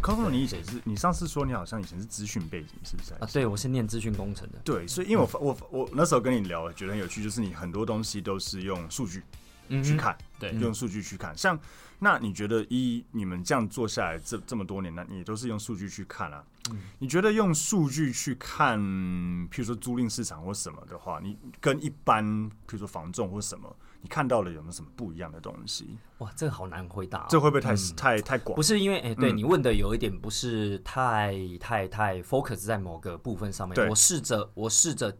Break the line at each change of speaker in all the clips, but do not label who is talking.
告诉你以前是你上次说你好像以前是资讯背景，是不是？
啊，嗯对我是念资讯工程的，
对，所以因为我发我我那时候跟你聊，觉得很有趣，就是你很多东西都是用数据
嗯
去
哼，
看，
对
用数据去看。像那你觉得一你们这样做下来这这么多年，那你也都是用数据去看啊？
嗯
你觉得用数据去看，譬如说租赁市场或什么的话，你跟一般譬如说房仲或什么，你看到了有没有什么不一样的东西？
哇，这个好难回答哦、
这会不会太、太太广
不？是因为哎、对、
嗯
你问的有一点不是太太太 focus 在某个部分上面
对。
我试着我试着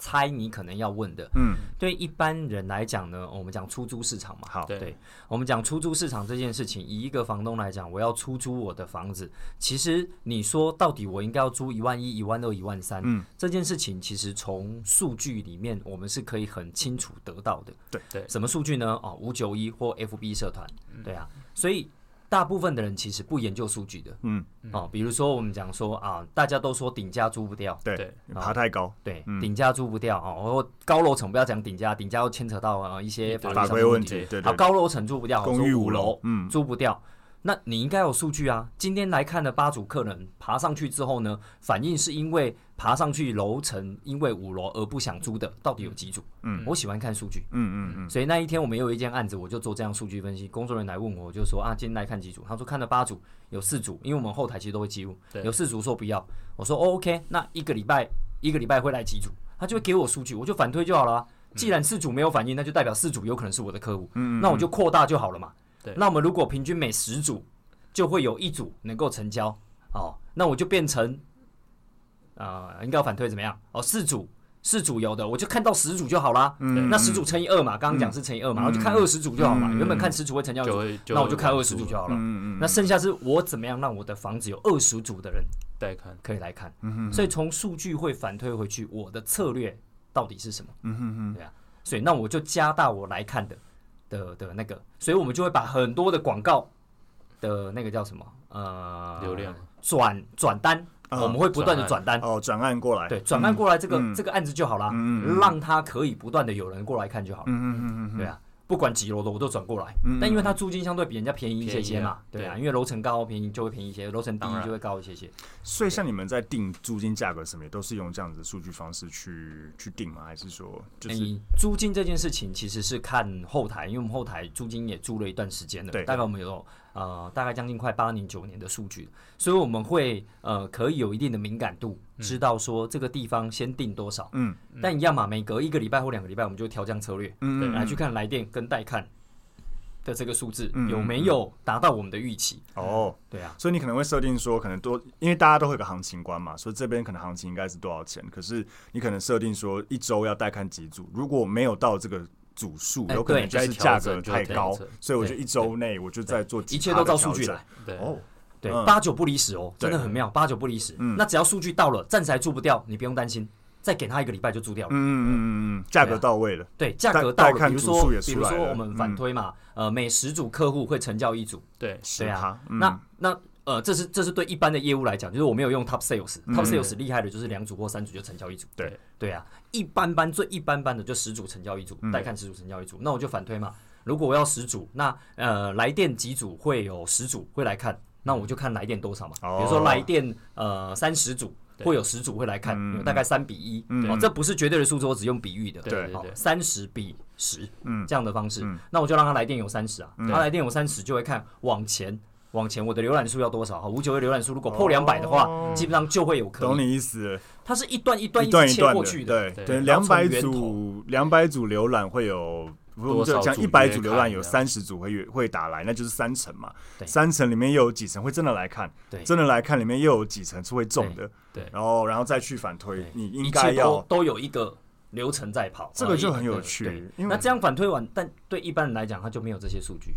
猜你可能要问的。
嗯，
对一般人来讲呢，我们讲出租市场嘛，
好，
对
对我们讲出租市场这件事情，以一个房东来讲，我要出租我的房子，其实你说到底我应该要租一万一、一万二、一万三，
嗯，
这件事情其实从数据里面我们是可以很清楚得到的。
对嗯
对
什么数据呢？哦，五九一或 FB 社团，对啊，所以大部分的人其实不研究数据的，
嗯，
哦，比如说我们讲说啊，大家都说顶价租不掉，
对，
对
你爬太高，
对，顶价租不掉哦，或高楼层不要讲顶价，顶价又牵扯到啊一些法律
法
上
规
的
问
问
题，对嗯
好，
对，
高楼层租不掉，
公寓
说
五
五
楼嗯
租不掉。那你应该有数据啊！今天来看的八组客人爬上去之后呢，反应是因为爬上去楼层，因为五楼而不想租的，到底有几组？
嗯，
我喜欢看数据，
嗯嗯嗯，
所以那一天我们也有一件案子，我就做这样数据分析。工作人员来问我，我就说啊，今天来看几组？他说看了八组，有四组，因为我们后台其实都会记录
对，
有四组说不要。我说、哦、OK，那一个礼拜一个礼拜会来几组？他就会给我数据，我就反推就好了啊、既然四组没有反应，那就代表四组有可能是我的客户，那我就扩大就好了嘛。
对
那我们如果平均每十组就会有一组能够成交，哦，那我就变成啊、呃应该要反推怎么样？哦，四组四组有的，我就看到十组就好啦。
嗯
那十组乘以二嘛，刚刚讲是乘以二嘛，然后就看二十组就好嘛。原本看十组会成交一
就
组，
会就
那
会
我就看二
玩
十
出
组
了
就好了。
嗯
那剩下是我怎么样让我的房子有二十组的人
带看，
可以来看，
嗯
所以从数据会反推回去，我的策略到底是什么？
嗯哼哼，
对啊，所以那我就加大我来看的的的那个，所以我们就会把很多的广告的那个叫什么呃
流量
转转单，
啊
我们会不断的转
转
单，
哦，转案过来，
对，转换过来这个、
嗯
这个案子就好啦，
嗯
让它可以不断的有人过来看就好了，
嗯嗯嗯嗯
对啊。不管几楼的我都转过来，
嗯
但因为它租金相对比人家便宜一些些嘛，
便宜啊
对啊，
对
因为楼层高便宜就会便宜一些，楼层低
当然
就会高一些些。
嗯，所以像你们在定租金价格什么，也都是用这样子的数据方式去去定吗？还是说就是
你租金这件事情其实是看后台，因为我们后台租金也租了一段时间了
对，
大概我们有呃大概将近快八年九年的数据，所以我们会呃可以有一定的敏感度，知道说这个地方先定多少。
嗯
但一样嘛，每隔一个礼拜或两个礼拜，我们就调降策略，
嗯
来去看来电跟带看的这个数字
嗯
有没有达到我们的预期。
哦，
对啊，
所以你可能会设定说，可能多，因为大家都会有个行情观嘛，所以这边可能行情应该是多少钱，可是你可能设定说一周要带看几组，如果没有到这个。组数
哎
有可能
对
就是
就
价
调
格
整
太
就
高
调整，
所以我就
对
一周内我就在做
一
几
切
趴
都
的
照数
调
据
整
来。
对，
哦，
对
嗯，
八九不离十哦，真的
对嗯
很妙，八九不离十。那只要数据到了，暂时还租不掉，你不用担心，再给他一个礼拜就租掉了
嗯。嗯嗯嗯嗯，
啊
价格到位了，
对，价格
带带
到
看
了，比如
组
说
数也，
比
出
如
来
说
了嗯
我们反推嘛，呃，每十组客户会成交一组，
对，
是
对
哈
啊，，
嗯
那那呃，这是这是对一般的业务来讲，就是我没有用 Top Sales，Top Sales 厉害的就是两组或三组就成交一组，
对
对啊，一般般最一般般的就十组成交一组，带看十组成交一组，那我就反推嘛，如果我要十组，那呃来电几组会有十组会来看，那我就看来电多少嘛，比如
哦
说来电呃三十组。会有十组会来看，有大概三比一、哦，这不是绝对的数字，我只用比喻的。
对对
好
对，
三十比十，嗯，这样的方式，那我就让他来电有三十啊，他来电有三十就会看往前。往前，我的浏览数要多少？哈，五九的浏览数如果破两百的话，基本上就会有可
哦懂
以。
你意思了，
它是一段一段
一
一
段
直
一
切
段
过去
的，对
对
对，
然
两
后
百
从源头
组两百组浏览会有。我们
多
就
少
讲
组
一百
约
组浏
看
览，有
这样
三十组会会打来，那就是三层嘛。
对
三层里面又有几层会真的来看，
对
真的来看里面又有几层是会中的，
对对
然后然后再去反推
对，
你应
一
该
切都
要
都有一个流程在跑。
这个就
啊
很有
对
趣，，因为
那这样反推完，但对一般人来讲，他就没有这些数据。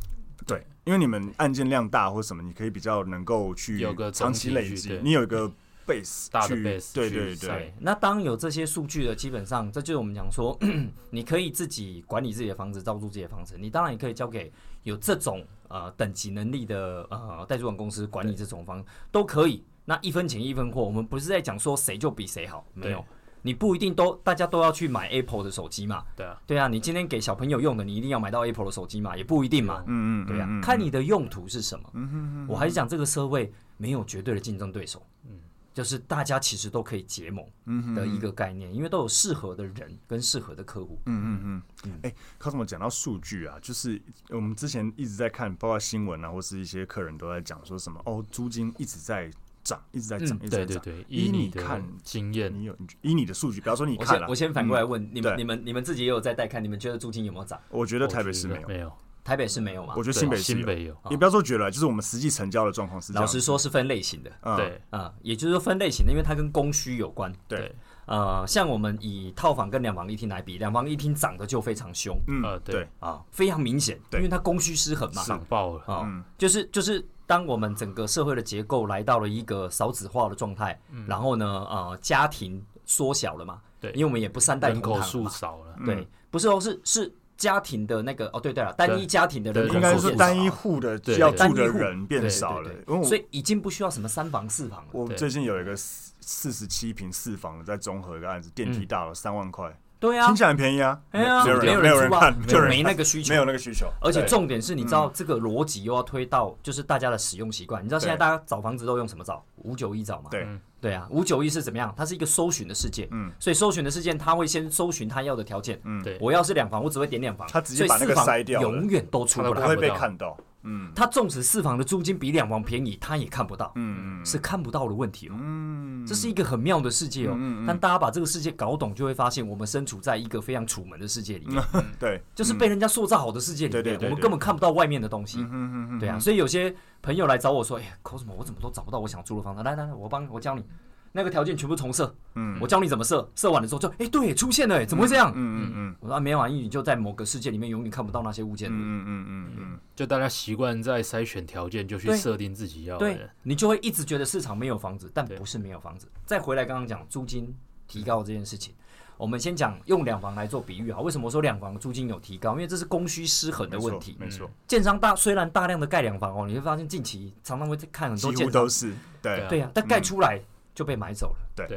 对，因为你们案件量大或什么，你可以比较能够去
有个
长期
总体
累
去
积
对，
你有一个 base
大的
去
base
对
去
对
上
对，
那当有这些数据的，基本上这就是我们讲说， 你可以自己管理自己的房子，照顾自己的房子。你当然也可以交给有这种呃等级能力的呃代主管公司管理这种方都可以。那一分钱一分货，我们不是在讲说谁就比谁好，没有
对，
你不一定都大家都要去买 Apple 的手机嘛。
对啊，
对啊，你今天给小朋友用的，你一定要买到 Apple 的手机嘛？也不一定嘛。
嗯嗯，
对啊
嗯，嗯嗯
看你的用途是什么。我还是讲这个社会没有绝对的竞争对手，嗯，就是大家其实都可以结盟
嗯
的一个概念，因为都有适合的人跟适合的客户，
嗯嗯嗯，哎、c o s m o 讲到数据啊，就是我们之前一直在看，包括新闻啊，或是一些客人都在讲说什么哦，租金一直在涨，一直在涨，
嗯
一直在
对
涨
对。对，
依
依
你
的
看
经验，
你有你以你的数据，比方说你
我
看了嗯
先我，先反过来问、你
对
们，你们你们自己也有在带看，你们觉得租金有没有涨？
我觉
觉
得台北市没有，
没有，
台北是没有嘛
我？觉得
对啊
新北市
新
有。
北有，
你不要说觉得，就是我们实际成交的状况是这
老
样。
实说是分类型的
嗯，
对
啊、也就是说分类型的，因为它跟供需有关。
对
对，
呃，像我们以套房跟两房一厅来比，两房一厅涨得就非常凶
嗯
呃对
对，
啊，非常明显，
对
因为它供需失衡嘛。
涨爆了，
啊、
嗯
就是就是当我们整个社会的结构来到了一个少子化的状态，
嗯
然后呢，呃，家庭缩小了嘛，
对
因为我们也不三代
人
同堂
口
了
数
嘛，
少
嗯
了，
对，不是哦，是是家庭的那个哦，对对了，单一家庭的人口
对
应该
数
是
变
单
少
一
了
户的
对
要住
对
单
的
一户
人变
对
少
对
了欸
对，
因为我
所以已经不需要什么三房四房了。
我
对
最近有一个四四十七平四房的在综合一个案子，电梯大楼三万块，
对啊
听，起来很便宜啊，
哎呀，
没有
没
没有人
出啊
看，，没
就
有人
没那
看
个需求，
没有那个需求，
而且
对嗯
重点是，你知道这个逻辑又要推到就是大家的使用习惯。你知道现在
对
大家找房子都用什么找？五九一找嘛。
对
对啊，五九一是怎么样？它是一个搜寻的事件，
嗯
所以搜寻的事件，它会先搜寻它要的条件。
嗯
对
我要是两房，我只会点两房，
它直接把那个
所以四房
筛掉了
永远都出不
它
不
都
来。
会被
看不到
看到，嗯
它纵使四房的租金比两房便宜，它也看不到，
嗯嗯
是看不到的问题哦。
嗯，
这是一个很妙的世界哦。
嗯嗯嗯
但大家把这个世界搞懂，就会发现我们身处在一个非常楚门的世界里面，
对，
就是被人家塑造好的世界里面，
嗯对对对
我们
对
根本看不到外面的东西。
嗯嗯嗯
对啊，，所以有些朋友来找我说：“哎、c o s m o 我怎么都找不到我想住的房子？来来来，我帮我教你，那个条件全部重设，
嗯
我教你怎么设。设完了之后就，哎、对，出现了，哎，怎么会这样？
嗯嗯嗯
我说、啊、没玩意，你就在某个世界里面永远看不到那些物件。
嗯嗯嗯嗯
就大家习惯在筛选条件就去
对
设定自己要
对
的，
你就会一直觉得市场没有房子，但
对
不是没有房子。再回来刚刚讲租金提高这件事情，我们先讲用两房来做比喻啊。为什么说两房租金有提高？因为这是供需失衡
嗯，
的
没错
问题。
没错，
建商大虽然大量的盖两房哦，你会发现近期常常会看很
几
多建
乎
商
都是对
对啊，
对呀、但盖出来就被买走了。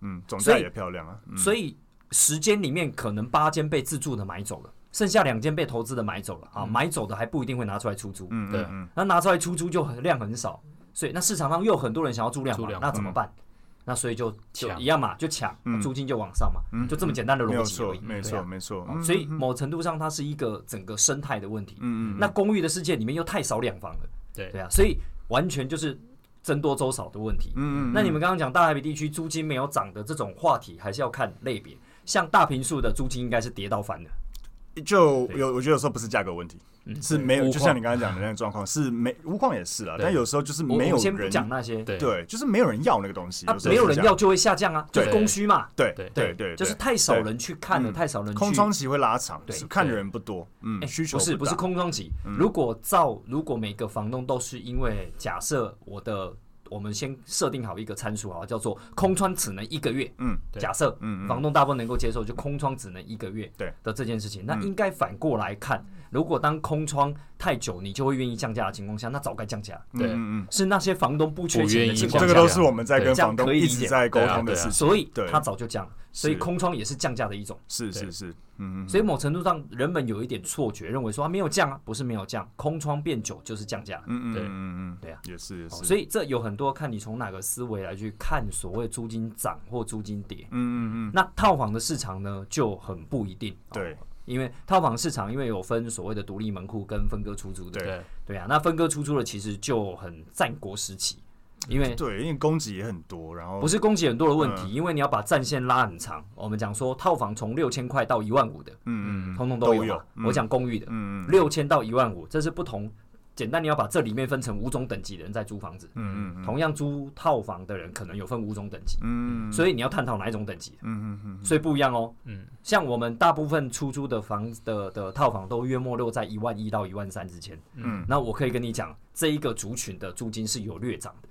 嗯，总
所
价
以
也漂亮啊，嗯
所以十间里面可能八间被自住的买走了，剩下两间被投资的买走了啊，买走的还不一定会拿出来出租，
嗯
对
嗯嗯
那拿出来出租就很量很少，所以那市场上又有很多人想要租两
租
房，
两
那怎么办？那所以就就
抢
一样嘛，就抢，啊
嗯
租金就往上嘛，就这么简单的
没有
逻辑
错
而已。
没
对
错
啊
没错，
啊
嗯
所以某程度上它是一个整个生态的问题。
嗯嗯
那公寓的世界里面又太少两房了，
对
对啊，所以完全就是增多周少的问题。
嗯嗯，
那你们刚刚讲大台北地区租金没有涨的这种话题，还是要看类别。像大平数的租金应该是跌到翻的，
就
对
有，我觉得有时候不是价格问题，是没有，
无
就
框
像你刚才讲的那个状况，是没无矿也是啦，
对
但有时候就是
我
没有
我先不
人，
讲那些，
对
对，就是没有人要那个东西，
啊
有，时候
没有
是
人
这样，
要就会下降啊，就是
对
供需嘛，
对
对
对对，
就是
对
太少人去看了，
嗯
太少人去
空窗期会拉长，
对
是看的
对
人不多，嗯
哎，
需求
不是不是
大，嗯
空窗期。如果照如果每个房东都是因为假设我的，我们先设定好一个参数啊，叫做空窗只能一个月，
嗯，
对
假设
嗯嗯
房东大部分能够接受，就空窗只能一个月
对嗯
的这件事情，那应该反过来看，如果当空窗太久，你就会愿意降价的情况下，那早该降价。
对
嗯嗯
是那些房东不缺钱的情
不
况
这
愿
个
意
都
下，
是我们在
对
跟
这样
房东
可以
一
理
直
解
在沟
对啊
通的
对啊
事情，
所以
对
他早就降了，所以空窗也是降价的一种。
是是是，嗯嗯，
所以某程度上，人们有一点错觉，认为说啊没有降啊，不是没有降，空窗变久就是降价了。
嗯嗯
对
嗯嗯嗯，
对啊，
也是也
哦
是，
所
以
以这有很多看你从哪个思维来去看所谓租金涨或租金跌。
嗯嗯嗯，
那套房的市场呢就很不一定，
对
哦因为套房市场因为有分所谓的独立门户跟分割出租的，
对
对
对啊，那分割出租的其实就很战国时期，因为
对，因为供给也很多，然后
不是供给很多的问题，
嗯
因为你要把战线拉很长。我们讲说套房从六千块到一万五的，
嗯嗯嗯
通通都有
都
嘛。
有嗯
我讲公寓的，
嗯嗯
六千到一万五，这是不同。简单，你要把这里面分成五种等级的人在租房子。
嗯嗯嗯
同样租套房的人可能有分五种等级，
嗯
所以你要探讨哪一种等级。
嗯嗯嗯
所以不一样哦。
嗯，
像我们大部分出租的房子的的套房都约莫落在一万一到一万三之间。
嗯，
那我可以跟你讲，这一个族群的租金是有略涨的。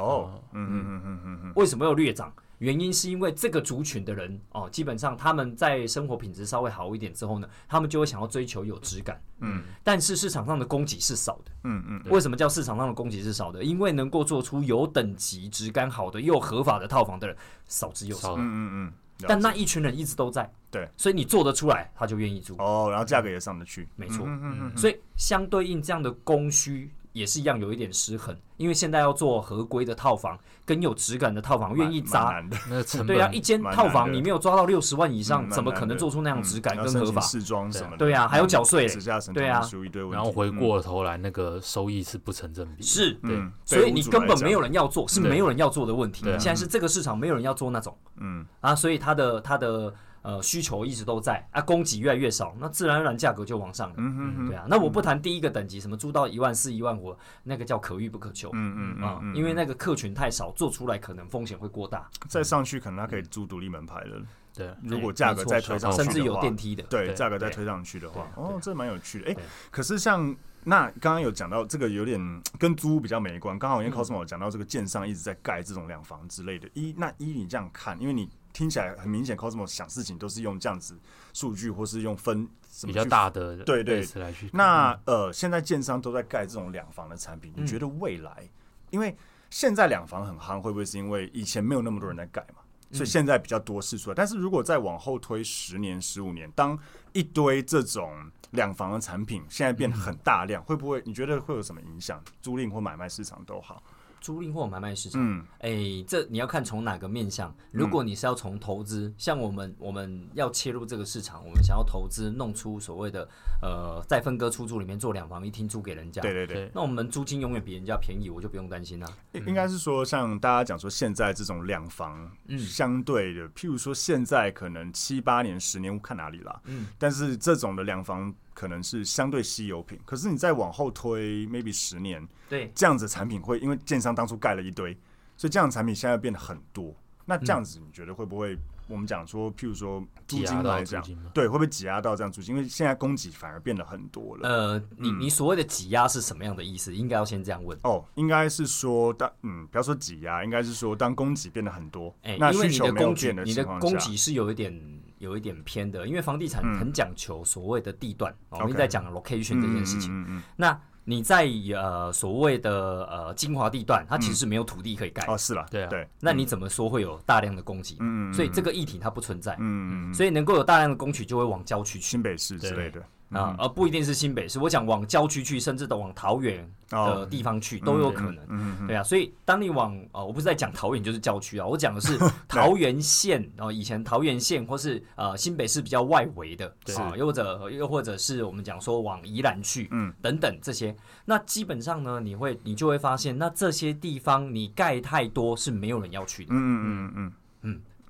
哦，嗯嗯嗯嗯嗯嗯，
为什么有略涨？原因是因为这个族群的人哦，基本上他们在生活品质稍微好一点之后呢，他们就会想要追求有质感。
嗯，
但是市场上的供给是少的。
嗯嗯
对
为什么叫市场上的供给是少的？因为能够做出有等级、质感好的又合法的套房的人少之又少。
少
嗯嗯嗯，
但那一群人一直都在，
对，嗯
所以你做得出来，他就愿意租。
哦，然后价格也上得去，
没错，
嗯嗯嗯，
所以相对应这样的供需也是一样有一点失衡，因为现在要做合规的套房跟有质感的套房，愿意
蛮
砸。
难的，
那成本
对啊，一间
蛮
套
难
房
的
你没有抓到六十万以上，
嗯
怎么可能做出那样
嗯
质感
要
跟
申
合
请
法？
试装什么的，
对啊还有缴税
嗯直下神
对啊
通书一堆问题，
然后回过头来那个收益是不成正比。
是，
嗯，嗯，
所以
对
你
屋主
根
来
本
讲
没有人要做，是
对
没有人要做的问题。
对啊
现在是这个市场没有人要做那种
嗯，
啊，所以它的它的呃需求一直都在啊，供给越来越少，那自然而然价格就往上了。
嗯哼哼，
对啊，那我不谈第一个等级，什么租到一万四、一万五，那个叫可遇不可求。
嗯嗯
啊
嗯，嗯，
因为那个客群太少，做出来可能风险会过大，
再上去可能它可以租独立门牌的，
对，
如果
哎
价
没
格
错
再推上去的
甚
话，
至有电梯的。
对
对
价格再
对
推上去的话，
对啊
哦，这蛮有趣的。哎
对，
可是像那刚刚有讲到这个有点嗯跟租屋比较没关，刚好因为
嗯
Cosmo 有讲到这个建商一直在盖这种两房之类的。一那一你这样看，因为你听起来很明显，Cosmo 想事情都是用这样子数据，或是用分什么
比较
去
大的
对对
base 来去看。
那呃，现在建商都在盖这种两房的产品，你觉得未来，因为现在两房很夯，会不会是因为以前没有那么多人在盖嘛？所以现在比较多试出来，但是如果再往后推十年、十五年，当一堆这种两房的产品现在变得很大量，会不会你觉得会有什么影响？租赁或买卖市场都好，
租赁或买卖市场，
嗯
哎、这你要看从哪个面向。如果你是要从投资，像我们我们要切入这个市场，我们想要投资弄出所谓的呃在分割出租里面做两房一厅租给人家，
对对啊对，
那我们租金永远比人家便宜，我就不用担心啦、啊
应
嗯
应该是说，像大家讲说，现在这种两房，
嗯
相对的，譬如说现在可能七八年、十年，看哪里啦，
嗯
但是这种的两房可能是相对稀有品，可是你再往后推，maybe 十年，
对，
这样子的产品会因为建商当初盖了一堆，所以这样的产品现在变得很多。那这样子，你觉得会不会我们讲说，譬如说租
挤
金
压到
来
租
讲
金吗，
对，会不会挤压到这样租金？因为现在供给反而变得很多了。
呃，你
嗯
你所谓的挤压是什么样的意思？应该要先这样问。
哦，应该是说当嗯，不要说挤压，应该是说当供给变得很多，
哎、
那
因为
需
你
求
的
没有
供给
变，
你的
情况
供
下，嗯
给是有一点有一点偏的，因为房地产很讲求所谓的地段，哦我们一直
OK
在讲 location 这件事情。
嗯嗯嗯
那你在呃所谓的呃精华地段，它其实是没有土地可以盖，
嗯哦，是啦，
对啊
对，
那你怎么说会有大量的供给？
嗯
所以这个议题它不存在，
嗯嗯嗯，
所以能够有大量的供给就会往郊区去
新北市之类的，
啊，而不一定是新北市。我讲往郊区去，甚至都往桃园的
哦
地方去都有可能。
嗯嗯
对啊，所以当你往呃，我不是在讲桃园就是郊区啊，我讲 的是桃园县，然、后以前桃园县或是呃新北市比较外围的
对
啊，又或者又或者是我们讲说往宜兰去，
嗯，
等等这些，那基本上呢，你会你就会发现，那这些地方你盖太多是没有人要去
嗯
的，
嗯嗯嗯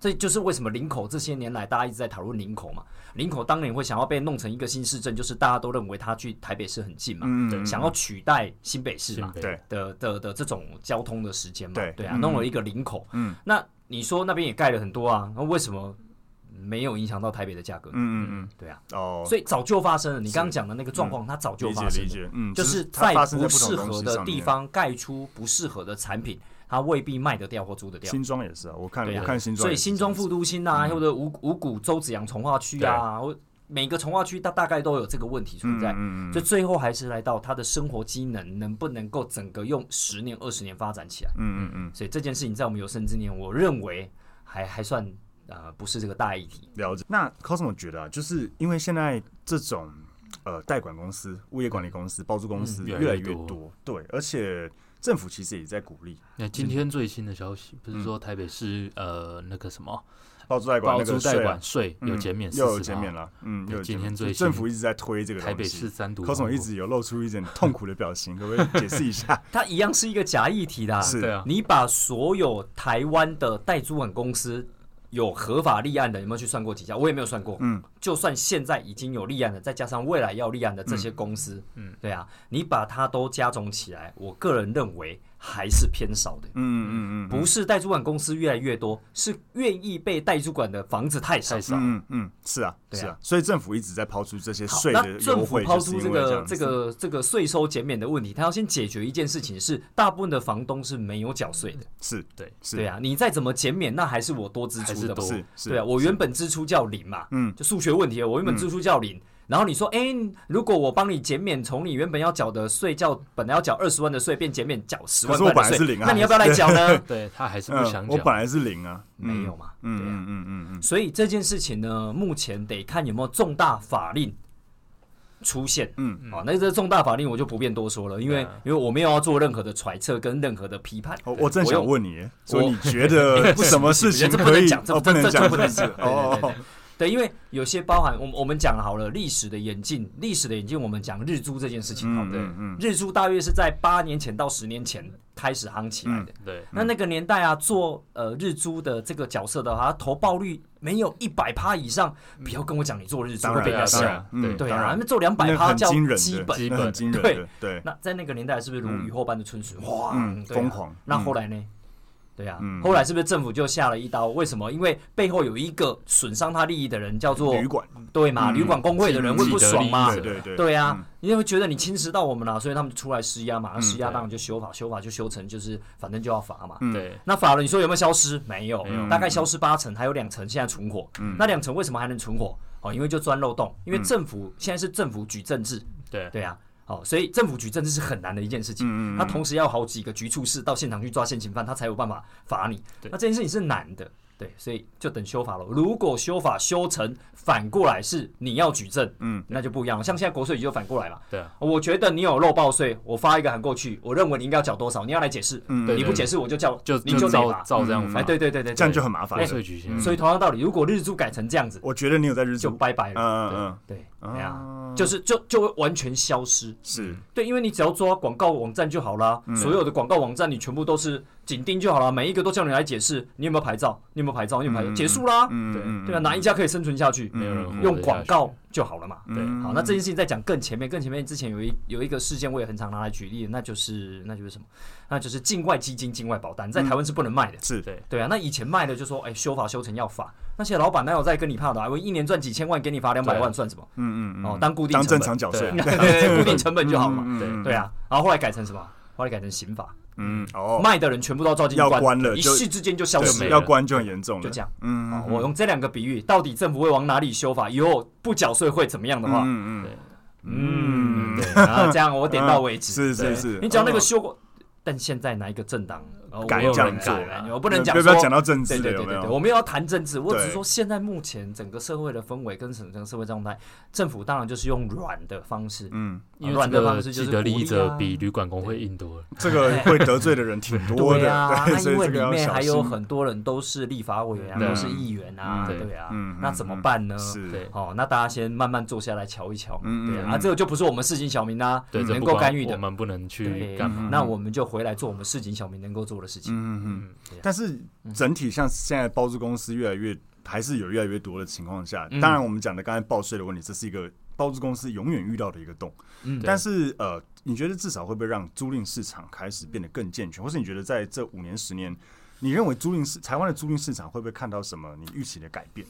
这就是为什么林口这些年来大家一直在讨论林口嘛，林口当年会想要被弄成一个新市镇，就是大家都认为它距台北市很近嘛，
嗯
对
嗯，
想要取代新北市嘛
新北
对
的的的这种交通的时间嘛，
对
啊，
嗯
弄了一个林口，
嗯，
那你说那边也盖了很多啊，那为什么没有影响到台北的价格？
嗯嗯
对啊，
嗯，哦，嗯
所以早就发生了，你刚刚讲的那个状况，它早就
理解
发生
理
了。
解，嗯，
就
只
是
它
在
发生在
不
不同
适
东
合
西
的
上
地
面，
方盖出不适合的产品，它未必卖得掉或租得掉。
新庄也是啊，我看
对啊
我看新庄
所以
也是
新
这样
庄
子，嗯
副都心啊，或者五五股周子阳从化区啊，或每个从化区它大概都有这个问题存在。
嗯嗯嗯
就最后还是来到他的生活机能能不能够整个用十年二十年发展起来。
嗯嗯嗯，
所以这件事情在我们有生之年，我认为还还算呃不是这个大议题。
了解。那 Cosmo 觉得啊，就是因为现在这种呃代管公司、物业管理公司、包租公司
嗯
越
越
来
来越
越
多
多，对，而且政府其实也在鼓励
那今天最新的消息不是说台北市呃那个什么
包租代管
包
那
租
个
代
税啊
管。税
嗯
有减免，
又有减免，了，嗯，
对
又有减
今
免
天最新
政府一直在推这个
台
东
北
西
市三读通
Cosmo
过。
一直有露出一点痛苦的表情，可不可以解释一下？
它一样是一个假议题啦。
是
对啊，
你把所有台湾的代租管公司有合法立案的，有没有去算过几家？我也没有算过。
嗯，
就算现在已经有立案的，再加上未来要立案的这些公司，嗯，对啊，你把它都加总起来，我个人认为还是偏少的。
嗯嗯嗯，
不是代租管公司越来越多，是愿意被代租管的房子太少
太。少了，
嗯嗯，是啊，
对啊
是啊，所以政府一直在抛出这些
好
税的
那
优
政府
惠，
抛
就是
出这
因为
个
样子
这个这个税收减免的问题，他要先解决一件事情是，大部分的房东是没有缴税的。
是，
对
嗯是，
对啊，你再怎么减免，那还是我多支
还
出
是
的嘛
多。
是是，
对啊，我原本支出叫零嘛，
嗯
就数学问题，我原本支出叫零。然后你说，哎、如果我帮你减免，从你原本要缴的税，叫本来要缴二十万的税，变减免缴十
可
万
是我
块的
本来
税，
是零啊
那你要不要来 缴呢？
对他还是不
嗯
想，
我
讲
本。来是零啊，
没有嘛，
嗯
对啊。
嗯嗯嗯嗯，
所以这件事情呢，目前得看有没有重大法令出现。
嗯
啊，那这重大法令我就不便多说了，因为、
对啊
因为我没有要做任何的揣测跟任何的批判。
我我正
我
想
用
问你，所 以你觉得什么事情
这不
可
能
以
讲，这
哦不能
这
讲
这不能
是
讲
不，是
对对对
哦
对。对，因为有些包含我们我们讲好了历史的演进，历史的演进，我们讲日租这件事情好了，
嗯嗯
日租大约是在八年前到十年前开始夯起来的。
对，
那那个年代啊，做呃日租的这个角色的话，他投报率没有一百趴以上，不要跟我讲你做日租
当
会
然
被人家
当
笑
然。
嗯
对
对
当
啊，
然
他们做两百
那
趴
很
叫
惊人
基
的
本。
基
那很
本
惊人
对
的，对，
那在那个年代是不是如雨后般的春笋？哇，
嗯
对啊
疯狂
那
嗯
后来呢？对啊，
嗯
后来是不是政府就下了一刀？为什么？因为背后有一个损伤他利益的人，叫做
旅馆，
对嘛，
嗯
旅馆工会的人会不爽嘛
既得利益？
对对对，
对啊，
嗯
因为觉得你侵蚀到我们了，所以他们就出来施压嘛。那
嗯
施压
对
当然就修法，修法就修成就是反正就要罚嘛。
嗯
对，
那法了，你说有没有消失？没有，
没有
大概消失八成，还有两成现在存活。那两成为什么还能存活？哦，因为就钻漏洞，因为政府、现在是政府举政治，
对，
对啊，哦，所以政府举政治是很难的一件事情。
嗯
他同时要好几个局处室到现场去抓现行犯，他才有办法罚你。
对
那这件事情是难的，对，所以就等修法了。如果修法修成反过来是你要举证，
嗯，
那就不一样了。像现在国税局就反过来嘛，
对啊，
我觉得你有漏报税，我发一个函过去，我认为你应该要缴多少，你要来解释，
嗯
对
你不解释我就叫
就
你就得
照
罚。
照这样
嗯哎
发
哎，，对对对对，对
这样就嗯很麻烦
国
了。
税局先
所以同样道理，如果日租改成这样子，
我觉得你有在日
就
租，
拜拜
嗯
了，
嗯
对，
嗯，
哎呀，
啊
就是就就会完全消失。
是
对，因为你只要抓广告网站就好啦，
嗯
所有的广告网站你全部都是紧盯就好啦，每一个都叫你来解释你有没有牌照，你有没有牌照，你有没有牌照，
嗯
结束啦。
嗯
对
嗯
对啊，哪一家可以生存下去？
没有人活
用
得
广
嗯下去
告就好了嘛。
对
嗯
好，那这件事情再讲更前面，更前面之前有一有一个事件，我也很常拿来举例，那就是那就是什么？那就是境外基金、境外保
嗯
单，在台湾是不能卖的。
是
对
对啊，那以前卖的就说，哎，修法修成要罚，那些老板哪有在跟你怕的啊？我一年赚几千万，给你罚两百万，算什么？
嗯嗯嗯
哦，当固定
当正
成本
常 缴税，啊
对 对，固定成本就好嘛。
嗯
对
对，啊，然后后来改成什么？后来改成刑法，
嗯嗯哦，
卖的人全部都要照进
要关了
一
就
夕之间就消
就
失
没
了，
要
了
关就很严重
就
了
这，样。
嗯
啊，我用这两个比喻，到底政府会往哪里修法？以后不缴税会怎么样的话，
嗯嗯
嗯，对，然后这样我点到为止。
是是
对
是，
你只要那个
哦
修过，但现在哪一个政党呃
敢
我有
这样
人
做啊
改我不能讲
不要不
说
要讲到政
对
治了，
对
有
对
没
对
有
对，？我没有要谈政治，我只是
对
说现在目前整个社会的氛围跟整个社会状态，政府当然就是用软的方式，
嗯，
因为
乱
这
的方
个
式就
既
是
得
鼓
利益
励
者
啊
比旅馆工会硬多了，
这个会得罪的人挺多
对
的，
啊，那
所以
因为
这个
里
要
面
小
还
心。
有很多人都是立法委员啊，
对啊
都是议员啊，
嗯
对啊
嗯嗯，
那怎么办呢？
是，
对
哦，那大家先慢慢坐下来瞧一瞧嘛，
嗯
对
嗯
啊，啊这个就不是我们市井小民啊
对，这
能
不
够
关
干预
我
的。
们不能去
对
嗯
干嘛，
那我们就回来做我们市井小民能够做的事
嗯
情。
嗯嗯
对啊。
但是整体像现在包租公司越来越还是有越来越多的情况下，
嗯
当然我们讲的刚才报税的问题，这是一个包租公司永远遇到的一个洞。
嗯
但是呃，你觉得至少会不会让租赁市场开始变得更健全，或是你觉得在这五年十年？你认为租赁市台湾的租赁市场会不会看到什么你预期的改变？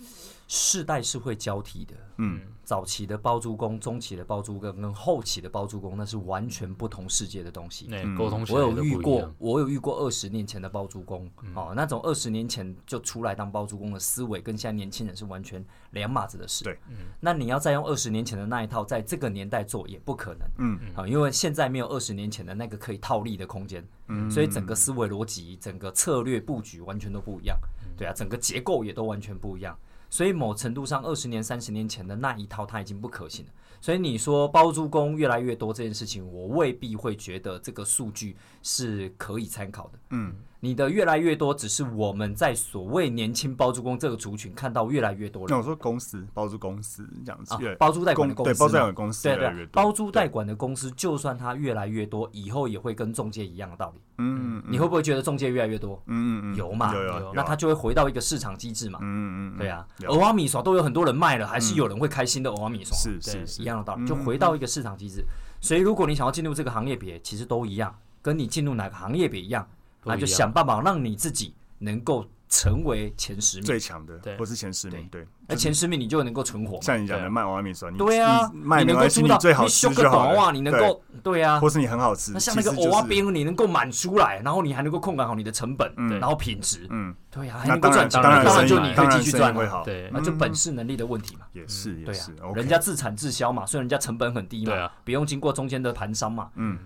世代是会交替的，
嗯，
早期的包租公、中期的包租公跟后期的包租公，那是完全不同世界的东西。
嗯
那沟通
嗯
起
我
来
有
都
遇
不一
过
样，，
我有遇过二十年前的包租公，哦，那种二十年前就出来当包租公的思维，跟现在年轻人是完全两码子的事。嗯
对，
那你要再用二十年前的那一套，在这个年代做也不可能。
嗯，
好、因为现在没有二十年前的那个可以套利的空间，嗯，所以整个思维逻辑、整个策略布局完全都不一样。对啊，整个结构也都完全不一样。所以某程度上，二十年、三十年前的那一套，它已经不可行了。所以你说包租公越来越多这件事情，我未必会觉得这个数据是可以参考的。
嗯，
你的越来越多，只是我们在所谓年轻包租公这个族群看到越来越多
那
人
我说公司包租公司这样子
啊，
越来，
包租代管的公
对
司
包租代
嘛
管哦公司
对啊
越
对
来越，多，
包租代管的公司，就算它越来越多，以后也会跟中介一样的道理。
嗯嗯
你会不会觉得中介越来越多？
嗯嗯嗯，
有嘛？
有有有
那
啊
它就会回到一个市场机制嘛？
嗯嗯嗯
对啊，
了
俄阿米耍都有很多人卖了，还是有人会开心的俄阿米耍，
是是
对
是嗯
一，样的道理，就回到一个市场机制。所以如果你想要进入这个行业别，其实都一样，跟你进入哪个行业别一样，
不
那
一
就
样
想办法让你自己能够成为前十名，
最强的
对
或是前十名，对，
那前十名你就能够存活嘛。
像你讲
对
的
啊
卖娃米酸，你
对啊，
你卖
你
没
能够
关系，
出到
最好吃
修个
就好
短袜，
了，
你能够对啊
对，或是你很好吃，
那像那个
其实就是
欧巴冰，你能够满出来，然后你还能够控管好你的成本，
嗯
然后品质，
嗯，
对啊，还
那
能够
当
赚
然
钱，
当然
当
生
然
意
就你可
当
以
然
继续
生意
赚
会
啊，
好，嗯
对
啊，就本事能力的问题嘛。
也是也
对啊
是，OK，
人家自产自销嘛，所以人家成本很低嘛，
对啊
不用经过中间的盘商嘛。
嗯，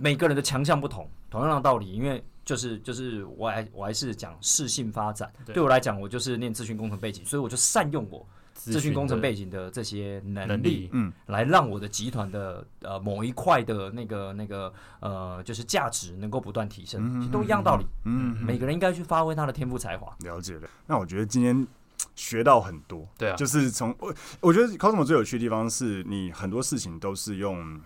每个人的强项不同，同样的道理，因为就是就是我还我还是讲适性发展。
对
对我来讲，我就是念咨询工程背景，所以我就善用我
资
资讯工程
的
背景的这些能力，
能力，
嗯
来让我的集团的呃某一块的那个那个呃就是价值能够不断提升，
嗯
其实都一样道理。
嗯，
每个人应该去发挥他的天赋才华。
了解了。那我觉得今天学到很多，
对啊，
就是从我我觉得 Cosmo 最有趣的地方是你很多事情都是用。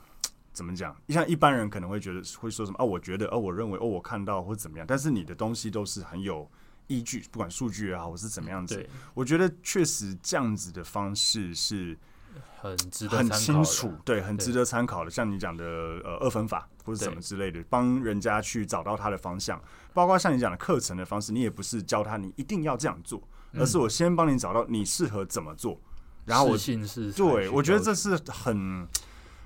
怎么讲？像一般人可能会觉得会说什么哦，我觉得哦，我认为哦，我看到或怎么样，但是你的东西都是很有依据，不管数据也好，或是怎么样子。
嗯对，
我觉得确实这样子的方式是
很值得
很
参考
清
的
楚，对，很值得参考的。像你讲的呃二分法或者什么
对
之类的，帮人家去找到他的方向。包括像你讲的课程的方式，你也不是教他你一定要这样做，而
嗯
是我先帮你找到你适合怎么做，然后我
适性是
对我觉得这是很。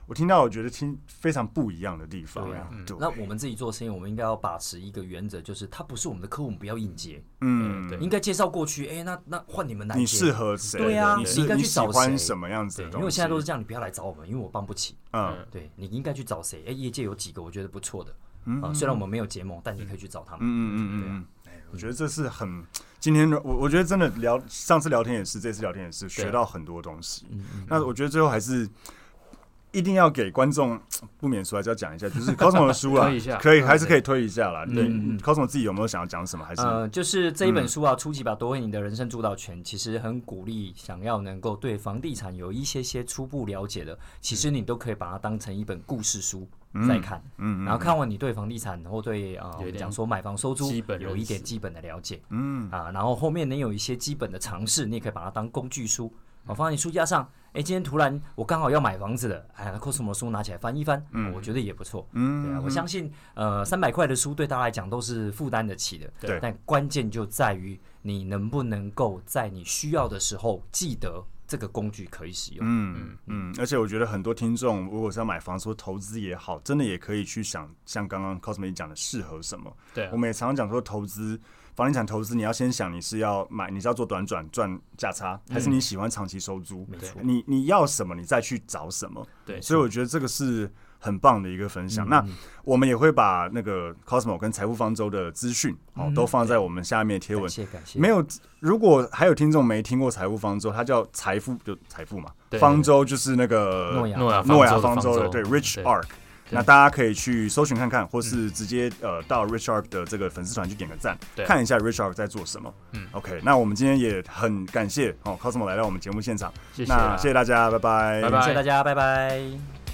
我听到，我觉得听非常不一样的地方
对
呀
啊。
对，
那我们自己做生意，我们应该要把持一个原则，就是它不是我们的客户，我们不要硬接，
嗯，
对
应该介绍过去。哎，那那换你们来接。
你适合谁？
对啊
你
你应
是
该去
你喜
找谁
欢什么样子
对，
的
因
东西？
为我现在都是这样，你不要来找我们，因为我帮不起。
嗯
对你应该去找谁？哎，业界有几个我觉得不错的，
嗯
啊，虽然我们没有结盟，但你可以去找他
嗯
们。
嗯嗯嗯嗯，哎，我觉得这是很，今天我我觉得真的聊，上次聊天也是，这次聊天也是
对啊
学到很多东西。
嗯嗯
那我觉得最后还是一定要给观众不免俗，还是要讲一下，就是 Cosmo 的书啦
推一下，
可以还是可以推一下啦。对
嗯嗯
，Cosmo 自己有没有想要讲什么？还是嗯
呃，就是这一本书啊，初级把夺回你的人生主导权，其实很鼓励想要能够对房地产有一些些初步了解的，其实你都可以把它当成一本故事书在看，
嗯
然后看完你对房地产或对啊，
有
我们
点
讲说买房收租
基本
有
认
一点
识
基本的了解
嗯
啊，然后后面能有一些基本的尝试，你也可以把它当工具书，我、放在你书架上。哎，今天突然我刚好要买房子了，哎，Cosmo 书拿起来翻一翻，我觉得也不错。对啊，
嗯
我相信，呃，三百块的书对大家来讲都是负担得起的。
对
但关键就在于你能不能够在你需要的时候记得这个工具可以使用。
嗯嗯，而且我觉得很多听众如果是要买房，说投资也好，真的也可以去想，像刚刚 Cosmo 你讲的适合什么。
对啊
我们也常常讲说，投资房地产投资，你要先想你是要买，你是要做短转赚价差，还是你喜欢长期收租？
嗯没错，
你你要什么，你再去找什么。
对
所以我觉得这个是很棒的一个分享。
嗯
那我们也会把那个 Cosmo 跟财富方舟的资讯哦，都放在我们下面贴文
嗯感。谢感谢。
没有，如果还有听众没听过财富方舟，它叫财富就财富嘛，
对
方舟就是那个
诺亚
诺亚
啊诺亚
方
方
舟
舟的，
的
对，Rich 嗯 Arc。那大家可以去搜寻看看，或是直接呃到 Rich Arc 的这个粉丝团去点个赞，
对
看一下 Rich Arc 在做什么。嗯，OK，那我们今天也很感谢哦 Cosmo 来到我们节目现场，
谢谢啊
那谢谢大家，拜拜，
拜拜
感谢大家，拜拜